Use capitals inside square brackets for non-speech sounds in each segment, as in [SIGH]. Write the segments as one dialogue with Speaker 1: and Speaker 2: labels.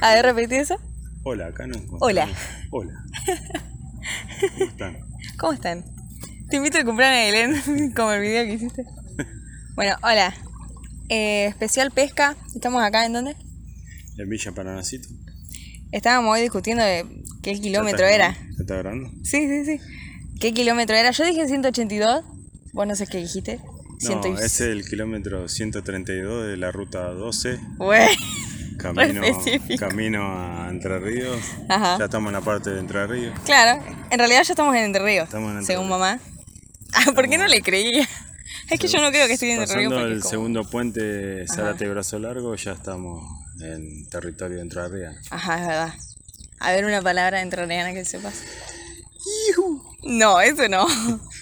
Speaker 1: A ver, repetí eso.
Speaker 2: Hola, acá nos encontramos.
Speaker 1: Hola. [LAUGHS]
Speaker 2: Hola. ¿Cómo están?
Speaker 1: ¿Cómo están? Te invito a comprar a Belén, [LAUGHS] como el video que hiciste. Bueno, hola. Eh, especial pesca. ¿Estamos acá en dónde?
Speaker 2: ¿En Villa Paranacito? ¿Ya
Speaker 1: Estábamos hoy discutiendo de qué kilómetro
Speaker 2: está-
Speaker 1: era.
Speaker 2: ¿Ya está grabando?
Speaker 1: Sí, sí, sí. ¿Qué kilómetro era? Yo dije 182. Vos no sé qué dijiste. Ciento y-
Speaker 2: No, es el kilómetro 132 de la ruta 12,
Speaker 1: Güey.
Speaker 2: camino,
Speaker 1: específico.
Speaker 2: camino a Entre Ríos.
Speaker 1: Ajá.
Speaker 2: Ya estamos en la parte de Entre Ríos.
Speaker 1: [LAUGHS] Claro, en realidad ya estamos en Entre Ríos,
Speaker 2: Estamos en Entre
Speaker 1: según
Speaker 2: Ríos.
Speaker 1: mamá. Ah, ¿por qué no le creía? Es que yo no creo que estoy en Entre Ríos.
Speaker 2: Pasando
Speaker 1: porque
Speaker 2: el
Speaker 1: como-
Speaker 2: segundo puente Zárate Brazo Largo, ya estamos en territorio de Entre Ríos.
Speaker 1: Ajá, es verdad. A ver una palabra entrerriana que sepas. No, eso
Speaker 2: [LAUGHS]
Speaker 1: no.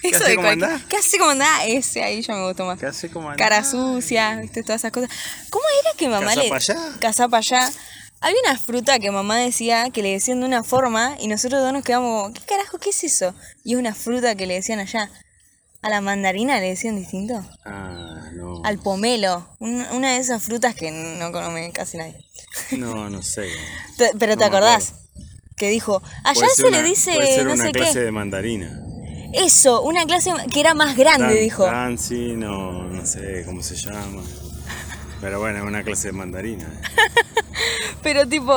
Speaker 2: ¿Qué
Speaker 1: eso
Speaker 2: hace,
Speaker 1: de
Speaker 2: cómo
Speaker 1: cualquier-
Speaker 2: andá?
Speaker 1: ¿Qué hace como andá? Ese ahí ya me gustó más.
Speaker 2: Casi como
Speaker 1: Cara sucia, viste, todas esas cosas. ¿Cómo era que mamá
Speaker 2: Cazá
Speaker 1: le.
Speaker 2: pa' allá.
Speaker 1: Cazá pa' allá. Había una fruta que mamá decía que le decían de una forma y nosotros dos nos quedamos como, ¿qué carajo? ¿Qué es eso? Y es una fruta que le decían allá. A la mandarina le decían distinto.
Speaker 2: Ah, no.
Speaker 1: Al pomelo. un- una de esas frutas que no come casi nadie.
Speaker 2: No, no sé.
Speaker 1: Te- pero
Speaker 2: No
Speaker 1: te
Speaker 2: me
Speaker 1: acordás que dijo, allá
Speaker 2: Puede ser
Speaker 1: se le
Speaker 2: una- puede
Speaker 1: dice
Speaker 2: ser
Speaker 1: no
Speaker 2: una
Speaker 1: sé
Speaker 2: clase
Speaker 1: qué.
Speaker 2: de mandarina.
Speaker 1: Eso, una clase que era más grande,
Speaker 2: Dan-
Speaker 1: dijo.
Speaker 2: Dancing o no sé cómo se llama. Pero bueno, es una clase de mandarina. eh.
Speaker 1: Pero tipo,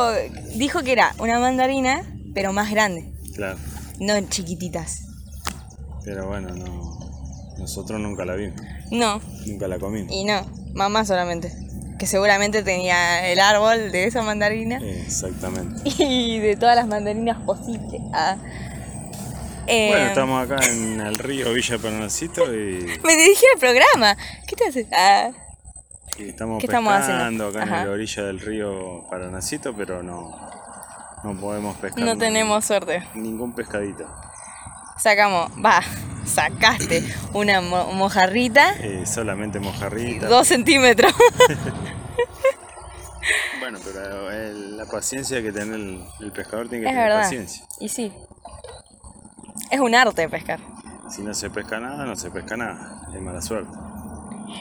Speaker 1: dijo que era una mandarina, pero más grande,
Speaker 2: Claro.
Speaker 1: no en chiquititas.
Speaker 2: Pero bueno, no. Nosotros nunca la vimos.
Speaker 1: No,
Speaker 2: Nunca la comimos.
Speaker 1: y no, mamá solamente. Que seguramente tenía el árbol de esa mandarina
Speaker 2: Exactamente.
Speaker 1: y de todas las mandarinas posibles. Ah. Eh,
Speaker 2: Bueno, estamos acá en el río Villa Pernacito y,
Speaker 1: Me dirigí al programa. ¿Qué te haces? Ah,
Speaker 2: y estamos
Speaker 1: ¿Qué estamos haciendo?
Speaker 2: pescando acá en
Speaker 1: Ajá.
Speaker 2: la orilla del río Paranacito, pero no, no podemos pescar.
Speaker 1: no
Speaker 2: ni-
Speaker 1: tenemos suerte.
Speaker 2: ningún pescadito.
Speaker 1: Sacamos, va, sacaste una mo- mojarrita,
Speaker 2: Eh, solamente mojarrita.
Speaker 1: dos centímetros.
Speaker 2: Bueno, pero eh, la paciencia que tiene el, el pescador tiene que
Speaker 1: es
Speaker 2: tener
Speaker 1: verdad.
Speaker 2: paciencia.
Speaker 1: Y sí. Es un arte pescar.
Speaker 2: Si no se pesca nada, no se pesca nada. Es mala suerte.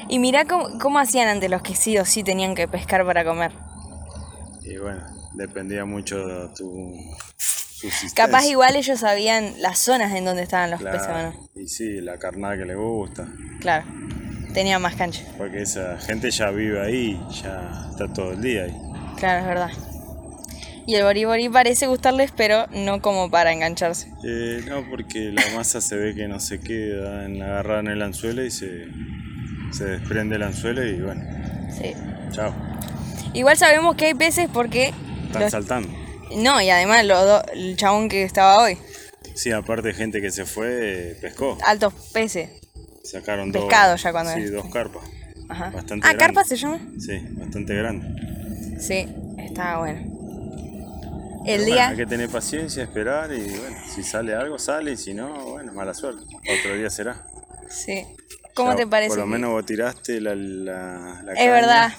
Speaker 1: Y mirá cómo, cómo hacían antes los que sí o sí tenían que pescar para comer.
Speaker 2: Y bueno, dependía mucho de tu subsistencia.
Speaker 1: Capaz igual ellos sabían las zonas en donde estaban los
Speaker 2: Claro.
Speaker 1: peces, ¿o
Speaker 2: Y sí, la carnada que le gusta.
Speaker 1: no? Claro. Tenían más cancha.
Speaker 2: Porque esa gente ya vive ahí, ya está todo el día ahí.
Speaker 1: Claro, es verdad. Y el boriborí parece gustarles, pero no como para engancharse.
Speaker 2: Eh, no, porque la masa se ve que no se queda en la agarrada en el anzuelo y se, se desprende el anzuelo y bueno,
Speaker 1: Sí.
Speaker 2: chao.
Speaker 1: Igual sabemos que hay peces porque...
Speaker 2: Están
Speaker 1: los-
Speaker 2: saltando.
Speaker 1: No, y además los dos- el chabón que estaba hoy.
Speaker 2: Sí, aparte gente que se fue, eh, pescó.
Speaker 1: altos peces.
Speaker 2: Sacaron
Speaker 1: Pescado
Speaker 2: dos,
Speaker 1: ya cuando
Speaker 2: sí,
Speaker 1: es.
Speaker 2: dos carpas.
Speaker 1: Ajá.
Speaker 2: Bastante
Speaker 1: ah,
Speaker 2: grande.
Speaker 1: carpa se llama.
Speaker 2: Sí, bastante grande.
Speaker 1: Sí, estaba bueno. El
Speaker 2: Pero
Speaker 1: día.
Speaker 2: bueno, hay que tener paciencia, esperar y bueno, si sale algo sale y si no, bueno, mala suerte. Otro día será.
Speaker 1: Sí. ¿Cómo
Speaker 2: Ya,
Speaker 1: te parece?
Speaker 2: Por lo
Speaker 1: que-
Speaker 2: menos vos tiraste la, la, la
Speaker 1: es
Speaker 2: caña.
Speaker 1: verdad.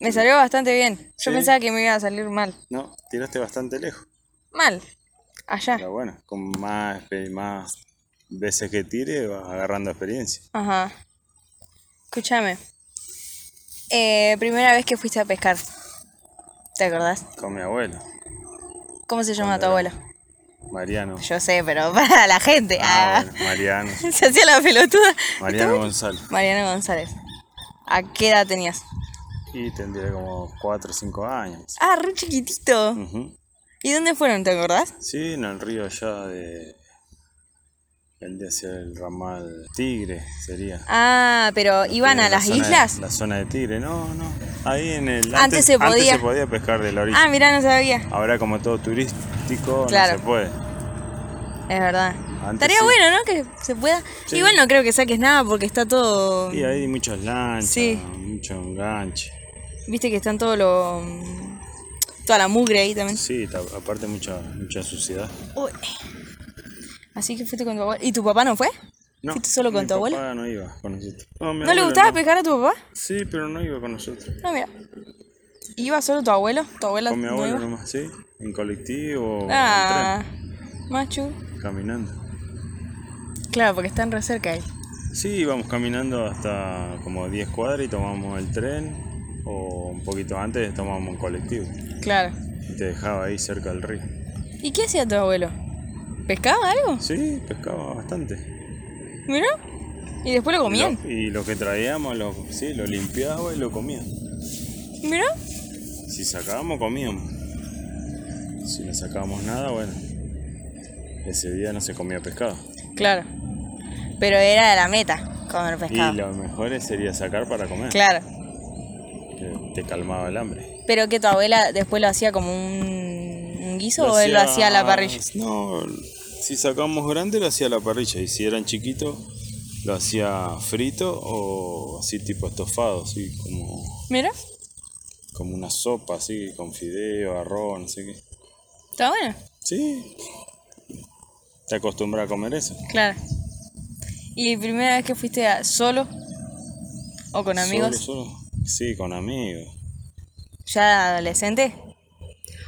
Speaker 1: Me salió bastante bien. Yo
Speaker 2: Sí.
Speaker 1: pensaba que me iba a salir mal.
Speaker 2: No, tiraste bastante lejos.
Speaker 1: Mal. Allá.
Speaker 2: Pero bueno, con más, exper- más veces que tire vas agarrando experiencia.
Speaker 1: Ajá. Escúchame. Eh, primera vez que fuiste a pescar. ¿Te acordás?
Speaker 2: Con mi abuelo,
Speaker 1: ¿Cómo se llama tu
Speaker 2: Cuando
Speaker 1: abuelo?
Speaker 2: era- Mariano.
Speaker 1: Yo sé, pero [LAUGHS] para la gente.
Speaker 2: Ah,
Speaker 1: Ah. [LAUGHS]
Speaker 2: bueno, Mariano.
Speaker 1: Se hacía la pelotuda.
Speaker 2: Mariano González.
Speaker 1: Mariana González. ¿A qué edad tenías?
Speaker 2: Y tendría como 4 o 5 años.
Speaker 1: Ah, re chiquitito.
Speaker 2: Ujú.
Speaker 1: ¿Y dónde fueron? ¿Te acordás?
Speaker 2: Sí, en el río allá de. Vendría a ser el ramal Tigre, sería.
Speaker 1: Ah, pero iban
Speaker 2: Eh,
Speaker 1: a
Speaker 2: la
Speaker 1: las
Speaker 2: zona de-
Speaker 1: islas.
Speaker 2: la zona de Tigre, no, no. Ahí en el.
Speaker 1: Antes se podía.
Speaker 2: pescar de la orilla.
Speaker 1: Ah, mirá, no sabía.
Speaker 2: Ahora, como todo turístico,
Speaker 1: Claro.
Speaker 2: no se puede.
Speaker 1: Es verdad.
Speaker 2: Antes
Speaker 1: Estaría
Speaker 2: sí.
Speaker 1: bueno, ¿no? Que se pueda.
Speaker 2: Sí.
Speaker 1: Igual no creo que saques nada porque está todo.
Speaker 2: Y ahí hay muchas lanchas,
Speaker 1: Sí.
Speaker 2: mucho enganche.
Speaker 1: Viste que están todos los. Toda la mugre ahí también.
Speaker 2: Sí, ta- aparte, mucha, mucha suciedad.
Speaker 1: Uy. Así que fuiste con tu abuelo. ¿Y tu papá no fue?
Speaker 2: No,
Speaker 1: ¿Fuiste solo con
Speaker 2: mi
Speaker 1: tu abuelo?
Speaker 2: papá no iba con nosotros. mi
Speaker 1: ¿No le
Speaker 2: abuelo
Speaker 1: gustaba
Speaker 2: no.
Speaker 1: pescar a tu papá?
Speaker 2: Sí, pero no iba con nosotros.
Speaker 1: No, mira. ¿Iba solo tu abuelo? ¿Tu abuela
Speaker 2: Con mi
Speaker 1: no
Speaker 2: abuelo
Speaker 1: iba?
Speaker 2: nomás, sí. En colectivo, o
Speaker 1: Ah,
Speaker 2: en
Speaker 1: machu.
Speaker 2: tren, caminando.
Speaker 1: Claro, porque están re cerca ahí.
Speaker 2: Sí, íbamos caminando hasta como 10 cuadras y tomamos el tren o un poquito antes tomábamos un colectivo
Speaker 1: Claro.
Speaker 2: y te dejaba ahí cerca del río.
Speaker 1: ¿Y qué hacía tu abuelo? ¿Pescaba algo?
Speaker 2: Sí, pescaba bastante.
Speaker 1: ¿Mirá? ¿Y después lo comían?
Speaker 2: Lo- y lo que traíamos, lo, sí, lo limpiaba y lo comía.
Speaker 1: ¿Mirá?
Speaker 2: Si sacábamos, comíamos. Si no sacábamos nada, bueno. Ese día no se comía pescado.
Speaker 1: Claro. Pero era la meta, comer pescado.
Speaker 2: Y lo mejor sería sacar para comer.
Speaker 1: Claro.
Speaker 2: Que te calmaba el hambre.
Speaker 1: Pero que tu abuela después lo hacía como un, un guiso o él lo hacía a la parrilla.
Speaker 2: No, si sacábamos grande lo hacía a la parrilla. Y si eran chiquitos, lo hacía frito o así tipo estofado, así como,
Speaker 1: Mira,
Speaker 2: como una sopa, así con fideo, arroz, no sé qué.
Speaker 1: está bueno.
Speaker 2: Sí. Te acostumbras a comer eso.
Speaker 1: Claro. ¿Y primera vez que fuiste a- solo o con amigos?
Speaker 2: Solo, solo. Sí, con amigos.
Speaker 1: ¿Ya adolescente?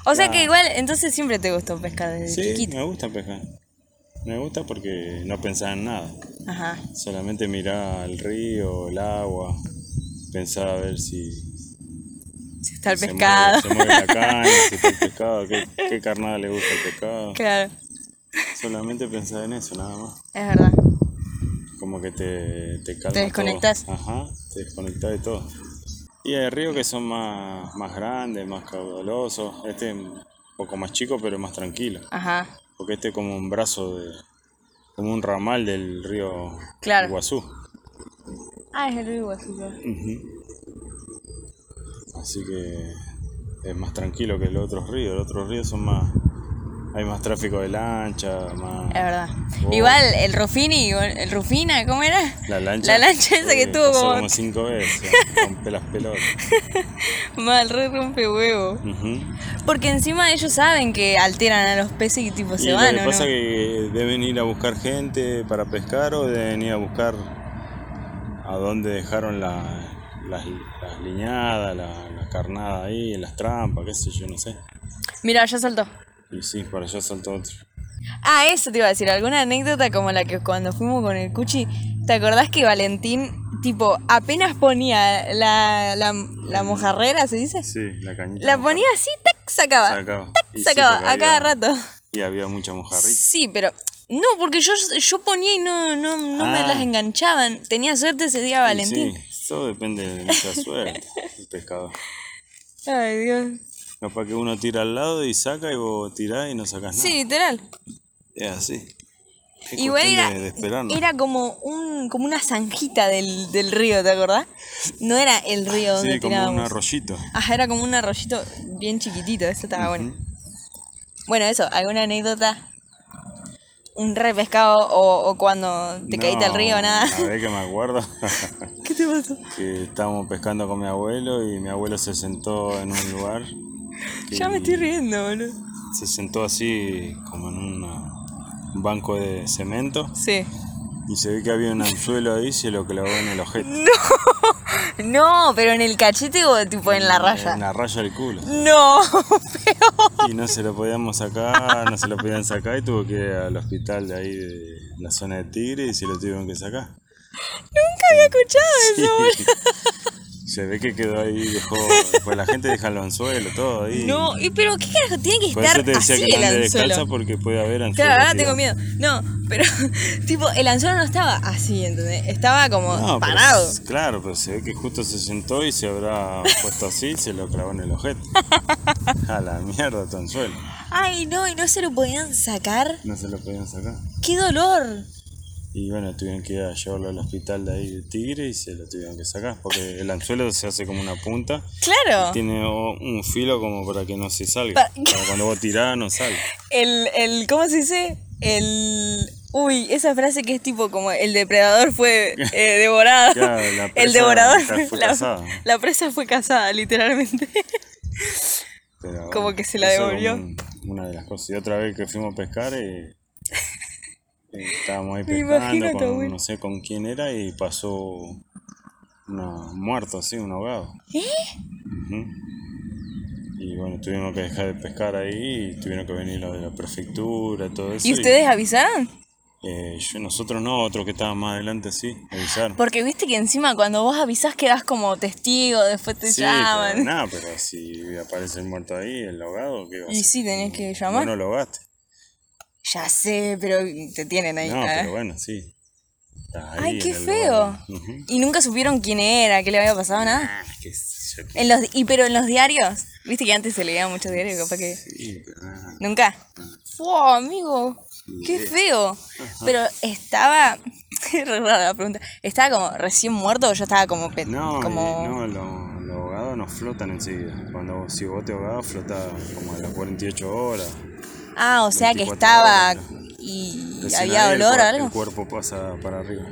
Speaker 1: O sea que igual, entonces siempre te gustó pescar desde
Speaker 2: Sí,
Speaker 1: chiquito.
Speaker 2: me gusta pescar. Me gusta porque no pensás en nada.
Speaker 1: Ajá.
Speaker 2: Solamente mirá el río, el agua. Pensá a ver si
Speaker 1: Si está el
Speaker 2: se mueve-
Speaker 1: pescado.
Speaker 2: Se
Speaker 1: [LAUGHS]
Speaker 2: mueve, la caña, si está el pescado, qué, qué carnada le gusta el pescado.
Speaker 1: claro,
Speaker 2: Solamente pensá en eso, nada más.
Speaker 1: es verdad.
Speaker 2: Como que te, te calma
Speaker 1: Te desconectás.
Speaker 2: todo. Ajá, te desconectás de todo. Y hay ríos que son más, más grandes, más caudalosos. Este es un poco más chico, pero más tranquilo.
Speaker 1: Ajá.
Speaker 2: Porque este es como un brazo de. como un ramal del río
Speaker 1: Claro.
Speaker 2: Iguazú.
Speaker 1: Ah, es el río Iguazú, claro.
Speaker 2: Así que es más tranquilo que los otros ríos. Los otros ríos son más. hay más tráfico de lancha, más.
Speaker 1: Es verdad.
Speaker 2: Oh.
Speaker 1: Igual el Rufini, o el Rufina, ¿cómo era?
Speaker 2: La lancha.
Speaker 1: La lancha esa que
Speaker 2: eh,
Speaker 1: tuvo
Speaker 2: pasó
Speaker 1: como-
Speaker 2: como cinco veces. Rompe las
Speaker 1: [LAUGHS]
Speaker 2: pelotas.
Speaker 1: Mal, re rompe huevo.
Speaker 2: Ujú.
Speaker 1: Porque encima ellos saben que alteran a los peces y tipo se
Speaker 2: y
Speaker 1: van,
Speaker 2: lo
Speaker 1: ¿o
Speaker 2: que
Speaker 1: no?
Speaker 2: pasa es que deben ir a buscar gente para pescar o deben ir a buscar a dónde dejaron la- las, las liñadas, la, la carnada ahí, las trampas, qué sé yo, no sé.
Speaker 1: Mira, ya saltó.
Speaker 2: Y sí, para allá saltó otro.
Speaker 1: Ah, eso te iba a decir, alguna anécdota como la que cuando fuimos con el Cuchi, ¿te acordás que Valentín, tipo, apenas ponía la, la, la mojarrera, se dice?
Speaker 2: Sí, la cañita.
Speaker 1: La ponía así, tac, sacaba. [LAUGHS]
Speaker 2: Sacaba. Y
Speaker 1: Tac,
Speaker 2: sí,
Speaker 1: sacaba,
Speaker 2: porque
Speaker 1: a cada
Speaker 2: había-
Speaker 1: rato.
Speaker 2: Y había mucha mojarrita.
Speaker 1: Sí, pero... No, porque yo, yo ponía y no, no, no me
Speaker 2: Ah.
Speaker 1: las enganchaban. Tenía suerte ese día Valentín.
Speaker 2: Y Sí, todo depende
Speaker 1: [LAUGHS]
Speaker 2: de nuestra suerte, el pescador.
Speaker 1: Ay, Dios.
Speaker 2: Capaz que uno tira al lado y saca y vos tirás y no sacás nada.
Speaker 1: Sí, literal.
Speaker 2: Es así. Es
Speaker 1: Igual
Speaker 2: cuestión
Speaker 1: era,
Speaker 2: de, de esperar, ¿no?
Speaker 1: era como un como una zanjita del, del río, ¿te acordás? No era el río donde
Speaker 2: Sí, como
Speaker 1: tirábamos.
Speaker 2: un arroyito.
Speaker 1: Ajá, era como un arroyito bien chiquitito, eso estaba bueno. Bueno, eso, ¿alguna anécdota? ¿Un repescado o, o cuando te caíste al río nada?
Speaker 2: A ver que me acuerdo.
Speaker 1: [LAUGHS] ¿Qué te pasó?
Speaker 2: que estábamos pescando con mi abuelo y mi abuelo se sentó en un lugar. que
Speaker 1: Ya me estoy riendo, boludo.
Speaker 2: Se sentó así como en una- un banco de cemento
Speaker 1: Sí.
Speaker 2: y se ve que había un anzuelo ahí y se lo clavó en el ojete.
Speaker 1: No, pero en el cachete o tipo en la raya.
Speaker 2: En la raya del culo.
Speaker 1: No, [LAUGHS] peor.
Speaker 2: Y no se lo podíamos sacar, no se lo podían sacar y tuvo que ir al hospital de ahí de la zona de Tigre y se lo tuvieron que sacar.
Speaker 1: Nunca había escuchado eso, boludo.
Speaker 2: Se ve que quedó ahí, dejó. Pues la gente deja el anzuelo, todo ahí.
Speaker 1: No, y pero ¿qué carajo? Tiene que
Speaker 2: Por
Speaker 1: estar
Speaker 2: eso te decía
Speaker 1: así
Speaker 2: que no
Speaker 1: el
Speaker 2: ande descalza
Speaker 1: anzuelo.
Speaker 2: porque puede haber anzuelo.
Speaker 1: Claro, ahora tengo miedo. No, pero [LAUGHS] tipo, el anzuelo no estaba así, ¿entendés? Estaba como
Speaker 2: No, pero
Speaker 1: parado.
Speaker 2: es- claro, pero se ve que justo se sentó y se habrá puesto así y se lo clavó en
Speaker 1: [LAUGHS]
Speaker 2: el ojete. A la mierda, tu anzuelo.
Speaker 1: Ay, no, y no se lo podían sacar.
Speaker 2: No se lo podían sacar.
Speaker 1: ¡Qué dolor!
Speaker 2: Y bueno, tuvieron que ir a llevarlo al hospital de ahí de Tigre y se lo tuvieron que sacar. Porque el anzuelo se hace como una punta.
Speaker 1: Claro.
Speaker 2: Tiene o- un filo como para que no se salga.
Speaker 1: Ah. Pa-
Speaker 2: Para cuando vos tirás no sale.
Speaker 1: El, el, ¿cómo se dice? El... Uy, esa frase que es tipo como el depredador
Speaker 2: [LAUGHS]
Speaker 1: fue eh, devorado.
Speaker 2: Claro, la
Speaker 1: el
Speaker 2: presa
Speaker 1: devorador
Speaker 2: ca- fue
Speaker 1: la,
Speaker 2: cazada.
Speaker 1: la presa fue cazada, literalmente. [LAUGHS]
Speaker 2: Pero,
Speaker 1: Como
Speaker 2: bueno,
Speaker 1: que se la
Speaker 2: eso
Speaker 1: devolvió.
Speaker 2: como un- una de las cosas. Y otra vez que fuimos a
Speaker 1: [LAUGHS]
Speaker 2: pescar, eh, eh, estábamos ahí
Speaker 1: Me
Speaker 2: pescando,
Speaker 1: imagino a tu
Speaker 2: con,
Speaker 1: abuelo.
Speaker 2: no sé con quién era, y pasó una- muerto, así, un ahogado. Ujú. Y bueno, tuvimos que dejar de pescar ahí, y tuvieron que venir los de la prefectura, todo eso.
Speaker 1: ¿Y ustedes avisaron?
Speaker 2: Eh, yo, nosotros no, otro que estaba más adelante sí, avisar.
Speaker 1: Porque viste que encima cuando vos avisás quedas como testigo, después te
Speaker 2: Sí, pero
Speaker 1: llaman.
Speaker 2: nada, pero si aparece el muerto ahí, el ahogado, ¿qué va a
Speaker 1: Y
Speaker 2: hacer?
Speaker 1: sí, tenés que
Speaker 2: Vos
Speaker 1: llamar.
Speaker 2: no lo ahogaste.
Speaker 1: Ya sé, pero te tienen ahí.
Speaker 2: No,
Speaker 1: ¿eh?
Speaker 2: pero bueno, sí. Estás ahí
Speaker 1: Ay,
Speaker 2: en
Speaker 1: qué
Speaker 2: el
Speaker 1: feo.
Speaker 2: lugar. Ujú.
Speaker 1: Y nunca supieron quién era, qué le había pasado, nada.
Speaker 2: Ah, qué sé yo.
Speaker 1: En los, y pero en los diarios, viste que antes se leía muchos diarios, capaz que...
Speaker 2: Sí, pero, ah,
Speaker 1: Nunca. Fua, amigo. Qué feo. Pero estaba. [LAUGHS] Es re rara la pregunta. ¿Estaba como recién muerto o ya estaba como. pe-
Speaker 2: No,
Speaker 1: como...
Speaker 2: y no los los ahogados no flotan enseguida. Cuando vos- si vos te ahogás, flota como a las 48 horas.
Speaker 1: Ah, o sea que
Speaker 2: 24
Speaker 1: estaba.
Speaker 2: horas,
Speaker 1: Y
Speaker 2: Recién
Speaker 1: había
Speaker 2: ahí el
Speaker 1: dolor o
Speaker 2: cuer-
Speaker 1: algo.
Speaker 2: El cuerpo pasa para arriba.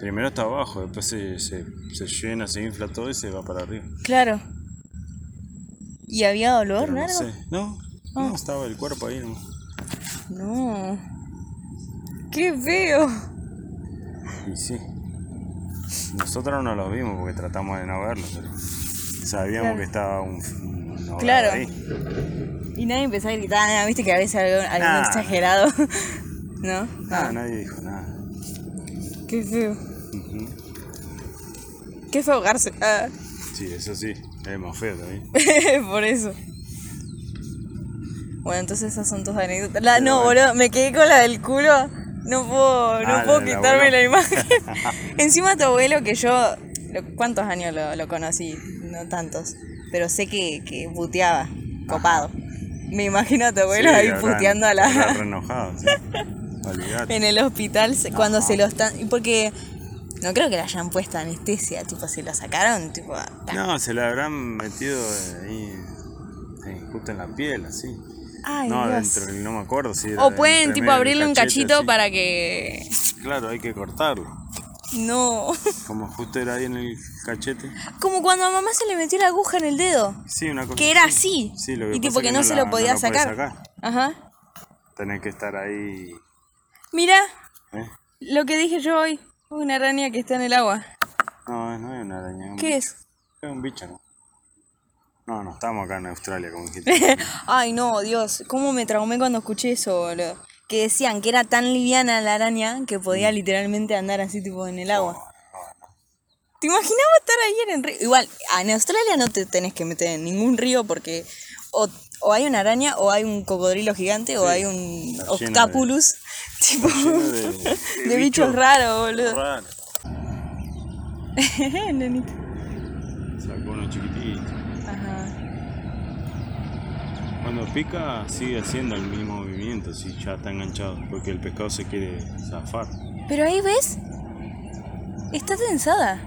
Speaker 2: Primero está abajo, después se, se, se llena, se infla todo y se va para arriba.
Speaker 1: Claro. ¿Y había dolor
Speaker 2: Pero
Speaker 1: o
Speaker 2: no
Speaker 1: algo?
Speaker 2: sé. No,
Speaker 1: Ah.
Speaker 2: no, estaba el cuerpo ahí nomás.
Speaker 1: No. Qué feo.
Speaker 2: Y sí. Nosotros no los vimos porque tratamos de no verlos, pero sabíamos
Speaker 1: Claro.
Speaker 2: que estaba un, un ahogado
Speaker 1: Claro.
Speaker 2: ahí.
Speaker 1: Y nadie empezó a gritar, nada, viste que a veces algún, algún
Speaker 2: Nah.
Speaker 1: exagerado. [LAUGHS] ¿No?
Speaker 2: Nada, nadie dijo nada.
Speaker 1: Qué feo.
Speaker 2: Ujú.
Speaker 1: Qué feo ahogarse. Ah, [LAUGHS]
Speaker 2: Sí, eso sí, es más feo todavía.
Speaker 1: Por eso. Bueno, entonces esas son tus anécdotas. La- no,
Speaker 2: bueno.
Speaker 1: boludo, me quedé con la del culo. No puedo, no
Speaker 2: Ah, la
Speaker 1: puedo
Speaker 2: del
Speaker 1: quitarme
Speaker 2: abuelo.
Speaker 1: la
Speaker 2: [LAUGHS]
Speaker 1: imagen. Encima tu abuelo que yo... lo- ¿Cuántos años lo, lo conocí? No tantos. Pero sé que, que puteaba, copado. Me imagino a tu abuelo
Speaker 2: Sí,
Speaker 1: ahí
Speaker 2: habrán-
Speaker 1: puteando a la...
Speaker 2: habrán renojado, sí.
Speaker 1: [LAUGHS]
Speaker 2: Olvidate.
Speaker 1: en el hospital se- cuando se lo están... Porque no creo que le hayan puesto anestesia, tipo, se lo sacaron, tipo... ta.
Speaker 2: No, se la habrán metido eh, ahí, ahí, justo en la piel, así.
Speaker 1: Ay,
Speaker 2: no,
Speaker 1: Dios.
Speaker 2: dentro, no me acuerdo si era
Speaker 1: O pueden
Speaker 2: entre
Speaker 1: tipo
Speaker 2: medio del
Speaker 1: abrirle un
Speaker 2: cachete,
Speaker 1: cachito
Speaker 2: así.
Speaker 1: para que...
Speaker 2: Claro, hay que cortarlo.
Speaker 1: No. [LAUGHS]
Speaker 2: Como justo era ahí en el cachete.
Speaker 1: Como cuando a mamá se le metió la aguja en el dedo.
Speaker 2: Sí, una cosa
Speaker 1: Que era así.
Speaker 2: Sí, lo que
Speaker 1: y
Speaker 2: pasa
Speaker 1: tipo
Speaker 2: es
Speaker 1: que
Speaker 2: que
Speaker 1: no,
Speaker 2: no
Speaker 1: se
Speaker 2: la-
Speaker 1: lo
Speaker 2: no
Speaker 1: podía
Speaker 2: la puede
Speaker 1: sacar.
Speaker 2: sacar.
Speaker 1: Ajá.
Speaker 2: Tenés que estar ahí.
Speaker 1: Mira
Speaker 2: ¿eh?
Speaker 1: lo que dije yo hoy. Una araña que está en el agua.
Speaker 2: No, no es una araña. es un-
Speaker 1: ¿Qué es?
Speaker 2: Es un bicho, ¿no? No, no, estamos acá en Australia,
Speaker 1: [LAUGHS]
Speaker 2: como dijiste.
Speaker 1: Ay, no, Dios. ¿Cómo me traumé cuando escuché eso, boludo? Que decían que era tan liviana la araña que podía literalmente andar así tipo en el agua. ¿Te imaginabas estar ahí en el río? Igual, en Australia no te tenés que meter en ningún río porque o, o hay una araña, o hay un cocodrilo gigante, o hay un
Speaker 2: está lleno de-
Speaker 1: octapulus. Tipo,
Speaker 2: lleno de-
Speaker 1: [LAUGHS] de, bichos
Speaker 2: de bichos
Speaker 1: raros, boludo. [LAUGHS]
Speaker 2: Raro.
Speaker 1: Nenito.
Speaker 2: Sacó uno chiquitito.
Speaker 1: Ajá.
Speaker 2: Cuando pica sigue haciendo el mismo movimiento si ya está enganchado, porque el pescado se quiere zafar.
Speaker 1: Pero ahí ves, está tensada.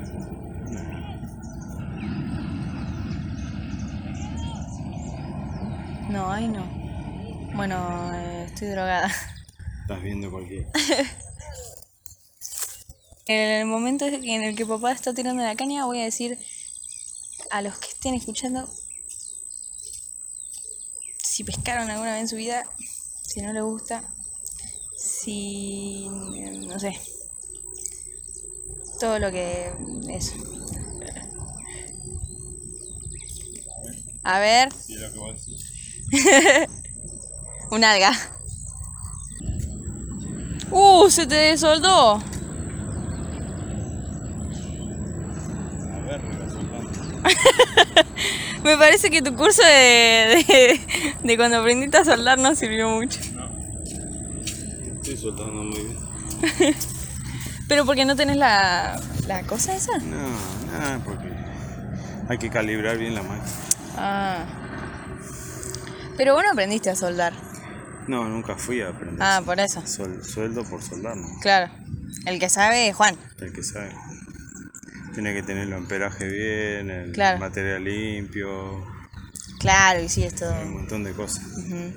Speaker 1: No, ahí no. Bueno, eh, estoy drogada.
Speaker 2: Estás viendo [LAUGHS] cualquiera.
Speaker 1: En el momento en el que papá está tirando la caña, voy a decir a los que estén escuchando, si pescaron alguna vez en su vida, si no les gusta, si... no sé. Todo lo que... eso. A ver,
Speaker 2: Sí, lo que vos decís.
Speaker 1: un alga. ¡Uh! ¡Se te soldó!
Speaker 2: A ver, regazón.
Speaker 1: Me parece que tu curso de, de, de cuando aprendiste a soldar no sirvió mucho.
Speaker 2: Estoy soltando muy bien.
Speaker 1: Pero porque no tenés la, la cosa esa.
Speaker 2: No, nada, porque hay que calibrar bien la máquina.
Speaker 1: Ah. Pero vos no aprendiste a soldar.
Speaker 2: No, nunca fui a aprender.
Speaker 1: Ah, por eso.
Speaker 2: Sol- sueldo por soldar, ¿no?
Speaker 1: Claro. El que sabe es Juan.
Speaker 2: El que sabe. Tiene que tener el amperaje bien, el
Speaker 1: Claro.
Speaker 2: material limpio,
Speaker 1: Claro, y sí, es todo.
Speaker 2: un montón de cosas.
Speaker 1: Ujú.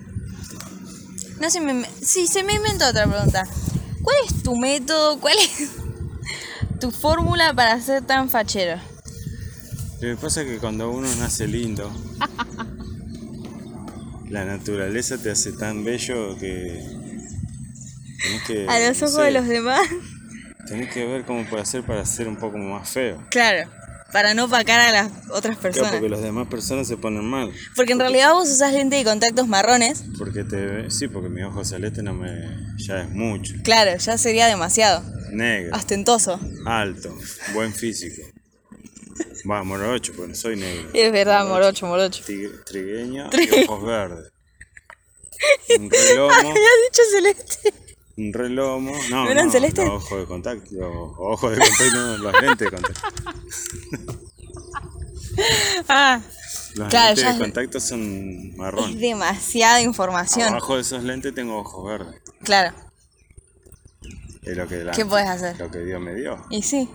Speaker 1: No se me. Sí, se me inventó otra pregunta. ¿Cuál es tu método? ¿Cuál es [LAUGHS] tu fórmula para ser tan fachero?
Speaker 2: Lo que pasa es que cuando uno nace lindo,
Speaker 1: [LAUGHS]
Speaker 2: la naturaleza te hace tan bello que tenés que,
Speaker 1: A los
Speaker 2: no
Speaker 1: ojos
Speaker 2: sé,
Speaker 1: de los demás.
Speaker 2: tenés que ver cómo puede hacer para ser un poco más feo.
Speaker 1: [LAUGHS] Claro. Para no pacar a las otras
Speaker 2: Claro,
Speaker 1: personas.
Speaker 2: porque
Speaker 1: Porque,
Speaker 2: las demás personas se ponen mal.
Speaker 1: en realidad vos usás lente de contactos marrones.
Speaker 2: Porque te ve- Sí, porque mi ojo celeste no me. ya es mucho.
Speaker 1: Claro, ya sería demasiado.
Speaker 2: Negro,
Speaker 1: Astentoso.
Speaker 2: alto, buen físico. Va, morocho, porque no soy negro.
Speaker 1: Es verdad, morocho, [LAUGHS] morocho.
Speaker 2: Tig- Trigueño y ojos verdes. Un relomo,
Speaker 1: Había dicho celeste.
Speaker 2: un relomo. No,
Speaker 1: ¿No eran
Speaker 2: no,
Speaker 1: celestes?
Speaker 2: no, ojo de contacto. o- Ojo de contacto, no, los lentes de contacto.
Speaker 1: [LAUGHS] Ah,
Speaker 2: Los
Speaker 1: Claro,
Speaker 2: lentes
Speaker 1: ya
Speaker 2: de
Speaker 1: es-
Speaker 2: contacto son
Speaker 1: es
Speaker 2: marrón.
Speaker 1: demasiada información.
Speaker 2: Abajo de esos lentes tengo ojos verdes.
Speaker 1: Claro.
Speaker 2: Es lo que la-
Speaker 1: ¿Qué podés hacer?
Speaker 2: Lo que Dios me dio.
Speaker 1: Y sí,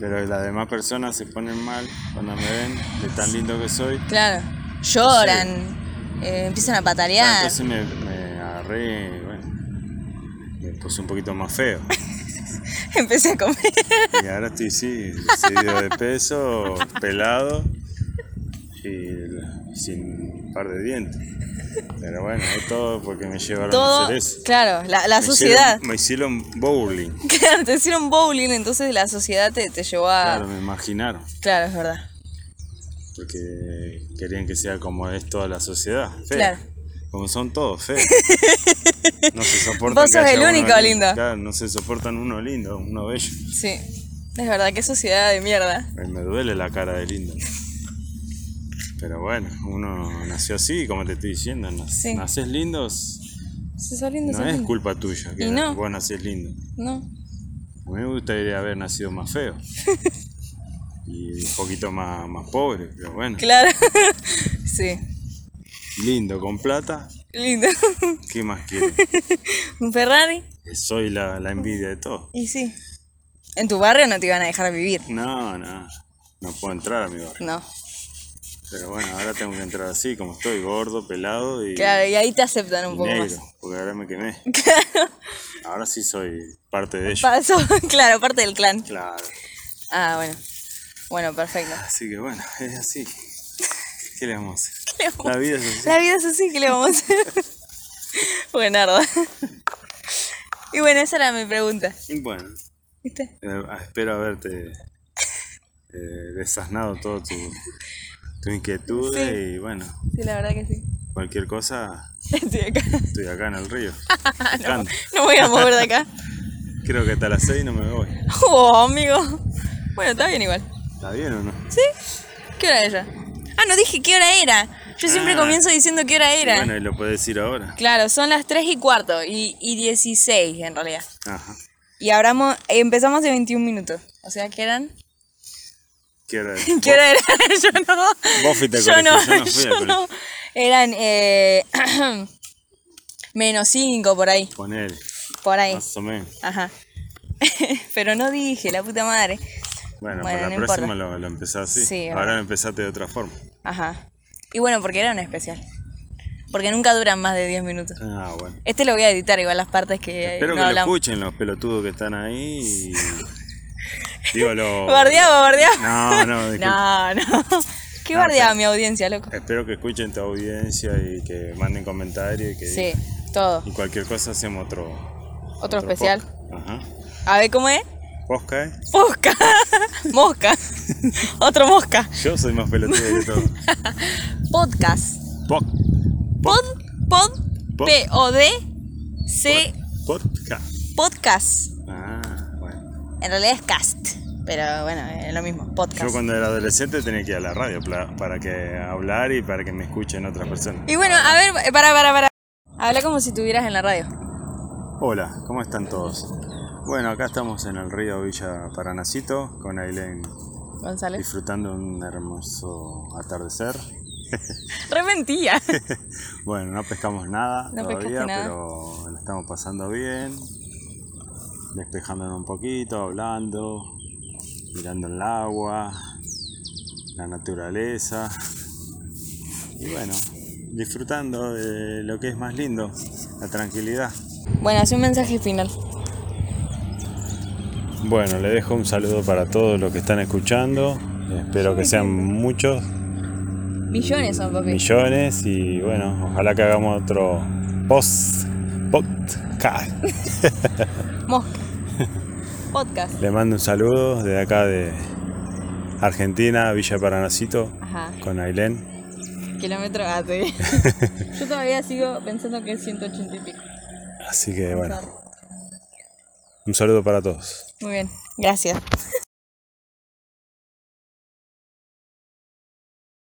Speaker 2: Pero las demás personas se ponen mal cuando me ven de tan lindo que soy.
Speaker 1: claro. Lloran, eh, empiezan a
Speaker 2: Ah,
Speaker 1: patalear.
Speaker 2: entonces me, me agarré, bueno, me puse un poquito más feo.
Speaker 1: [LAUGHS] Empecé a comer.
Speaker 2: Y ahora estoy, sí, subido de peso, pelado y sin un par de dientes. Pero bueno, es todo porque me llevaron a
Speaker 1: Todo,
Speaker 2: hacer eso.
Speaker 1: claro, la, la
Speaker 2: Me
Speaker 1: sociedad. [LAUGHS]
Speaker 2: hicieron- me hicieron bowling.
Speaker 1: Claro, te hicieron bowling, entonces la sociedad te, te llevó a...
Speaker 2: Claro, me imaginaron.
Speaker 1: Claro, es verdad.
Speaker 2: Porque querían que sea como es toda la sociedad. Fea.
Speaker 1: Claro.
Speaker 2: Como son todos
Speaker 1: [LAUGHS]
Speaker 2: feos. No se soportan.
Speaker 1: Vos
Speaker 2: que
Speaker 1: sos
Speaker 2: haya
Speaker 1: el
Speaker 2: uno
Speaker 1: único lindo.
Speaker 2: Claro, no se soportan uno lindo, uno bello.
Speaker 1: Sí, es verdad, qué sociedad de mierda.
Speaker 2: Ay, Me duele la cara de lindo. Pero bueno, uno nació así, como te estoy diciendo. nac-
Speaker 1: Sí.
Speaker 2: Nacés lindo, s-
Speaker 1: Sí, sos lindo,
Speaker 2: no
Speaker 1: sos
Speaker 2: es
Speaker 1: lindo.
Speaker 2: culpa tuya que
Speaker 1: Y no.
Speaker 2: vos nacés lindo.
Speaker 1: No,
Speaker 2: A mí me gustaría haber nacido más
Speaker 1: [LAUGHS]
Speaker 2: feo. Y un poquito más, más pobre, pero bueno.
Speaker 1: claro. [LAUGHS] sí,
Speaker 2: Lindo, con plata,
Speaker 1: lindo. [LAUGHS]
Speaker 2: ¿qué más quieres?
Speaker 1: Un Ferrari
Speaker 2: Soy la, la envidia de todo.
Speaker 1: y sí. En tu barrio no te iban a dejar vivir.
Speaker 2: No, no, no puedo entrar a mi barrio.
Speaker 1: No.
Speaker 2: Pero bueno, ahora tengo que entrar así, como estoy, gordo, pelado y,
Speaker 1: Claro, y ahí te aceptan
Speaker 2: y
Speaker 1: un poco
Speaker 2: negro,
Speaker 1: más. [LAUGHS]
Speaker 2: porque ahora me quemé. Ahora sí soy parte de ellos.
Speaker 1: Pasó, [LAUGHS] claro, parte del clan.
Speaker 2: Claro.
Speaker 1: Ah, bueno. Bueno, perfecto.
Speaker 2: Así que bueno, es así. ¿Qué le vamos a hacer?
Speaker 1: ¿Qué le vamos
Speaker 2: La vida es así.
Speaker 1: La vida es así, ¿qué le vamos a hacer? [LAUGHS] Buenardo. [LAUGHS] Y bueno, esa era mi pregunta.
Speaker 2: Y bueno,
Speaker 1: ¿Viste?
Speaker 2: eh, espero haberte eh, desasnado todo tu, tu inquietud y bueno,
Speaker 1: Sí, la verdad que sí. [LAUGHS]
Speaker 2: cualquier cosa,
Speaker 1: Estoy acá.
Speaker 2: estoy acá en el río. Canto.
Speaker 1: [LAUGHS] No me voy a mover de acá.
Speaker 2: Creo que hasta las 6 no me voy.
Speaker 1: [LAUGHS] Oh, amigo. Bueno, está bien igual.
Speaker 2: ¿Está bien o no?
Speaker 1: ¿Sí? ¿Qué hora era? Ah, no dije qué hora era. Yo siempre
Speaker 2: Ah.
Speaker 1: comienzo diciendo qué hora
Speaker 2: Y
Speaker 1: era.
Speaker 2: bueno, y lo puedes decir ahora.
Speaker 1: Claro, son las 3 y cuarto y, y 16 en realidad.
Speaker 2: Ajá.
Speaker 1: Y abramos, empezamos de 21 minutos. O sea, ¿qué eran? [LAUGHS]
Speaker 2: ¿Qué hora es?
Speaker 1: ¿Qué hora era? [LAUGHS] Yo no.
Speaker 2: Vos fuiste al
Speaker 1: yo no,
Speaker 2: colegio, yo no fui al
Speaker 1: yo
Speaker 2: colegio.
Speaker 1: no. Eran eh, [CLEARS THROAT] menos 5 por ahí.
Speaker 2: Con él,
Speaker 1: Por ahí.
Speaker 2: más o menos.
Speaker 1: Ajá. [LAUGHS] Pero no dije, la puta madre. Bueno,
Speaker 2: Bueno, para la
Speaker 1: no importa.
Speaker 2: próxima lo, lo empezás así.
Speaker 1: Sí,
Speaker 2: ahora lo empezaste de otra forma.
Speaker 1: Ajá. Y bueno, porque era un especial. Porque nunca duran más de 10 minutos.
Speaker 2: Ah, bueno.
Speaker 1: Este lo voy a editar igual las partes que
Speaker 2: Espero
Speaker 1: no
Speaker 2: que lo
Speaker 1: hablamos.
Speaker 2: escuchen los pelotudos que están ahí. y-
Speaker 1: [LAUGHS]
Speaker 2: Digo, lo...
Speaker 1: Bardeado, bardeado.
Speaker 2: No, no,
Speaker 1: [LAUGHS]
Speaker 2: disculpe.
Speaker 1: No, no. Qué
Speaker 2: No,
Speaker 1: bardeaba
Speaker 2: pero- Eh,
Speaker 1: mi audiencia, loco.
Speaker 2: Espero que escuchen tu audiencia y que manden comentarios y que
Speaker 1: Sí, todo.
Speaker 2: y cualquier cosa hacemos otro
Speaker 1: Otro especial.
Speaker 2: podcast. Ajá. ¿eh?
Speaker 1: A ver cómo es.
Speaker 2: Podcast.
Speaker 1: Mosca. [LAUGHS]
Speaker 2: [LAUGHS]
Speaker 1: mosca. Otro mosca.
Speaker 2: Yo soy más pelotudo que
Speaker 1: [LAUGHS]
Speaker 2: todo.
Speaker 1: Podcast.
Speaker 2: Pod,
Speaker 1: Pod, pod,
Speaker 2: Pod.
Speaker 1: P O D C
Speaker 2: pod- podcast.
Speaker 1: podcast.
Speaker 2: Ah, bueno.
Speaker 1: En realidad es cast, pero bueno, es lo mismo,
Speaker 2: Yo
Speaker 1: podcast.
Speaker 2: cuando era adolescente tenía que ir a la radio pla- para que hablar y para que me escuchen otras personas.
Speaker 1: Y bueno, a ver, para para para. Habla como si estuvieras en la radio.
Speaker 2: Hola, ¿cómo están todos? Bueno, acá estamos en el río Villa Paranacito con Aileen
Speaker 1: González.
Speaker 2: disfrutando un hermoso atardecer.
Speaker 1: Re mentía.
Speaker 2: Bueno, no pescamos nada
Speaker 1: No
Speaker 2: todavía,
Speaker 1: pescaste nada.
Speaker 2: pero lo estamos pasando bien. Despejándonos un poquito, hablando, mirando el agua, la naturaleza. Y bueno, disfrutando de lo que es más lindo, la tranquilidad.
Speaker 1: Bueno, hace un mensaje final.
Speaker 2: Bueno, le dejo un saludo para todos los que están escuchando. Espero que sean muchos.
Speaker 1: Millones son, papi.
Speaker 2: millones y bueno, ojalá que hagamos otro post podcast.
Speaker 1: Mosca. Podcast.
Speaker 2: Le mando un saludo desde acá de Argentina, Villa Paranacito,
Speaker 1: Ajá.
Speaker 2: con Ailén.
Speaker 1: Kilómetro. Ah, te vi. Yo todavía sigo pensando que es 180 y pico.
Speaker 2: Así que bueno, un saludo para todos.
Speaker 1: Muy bien. Gracias.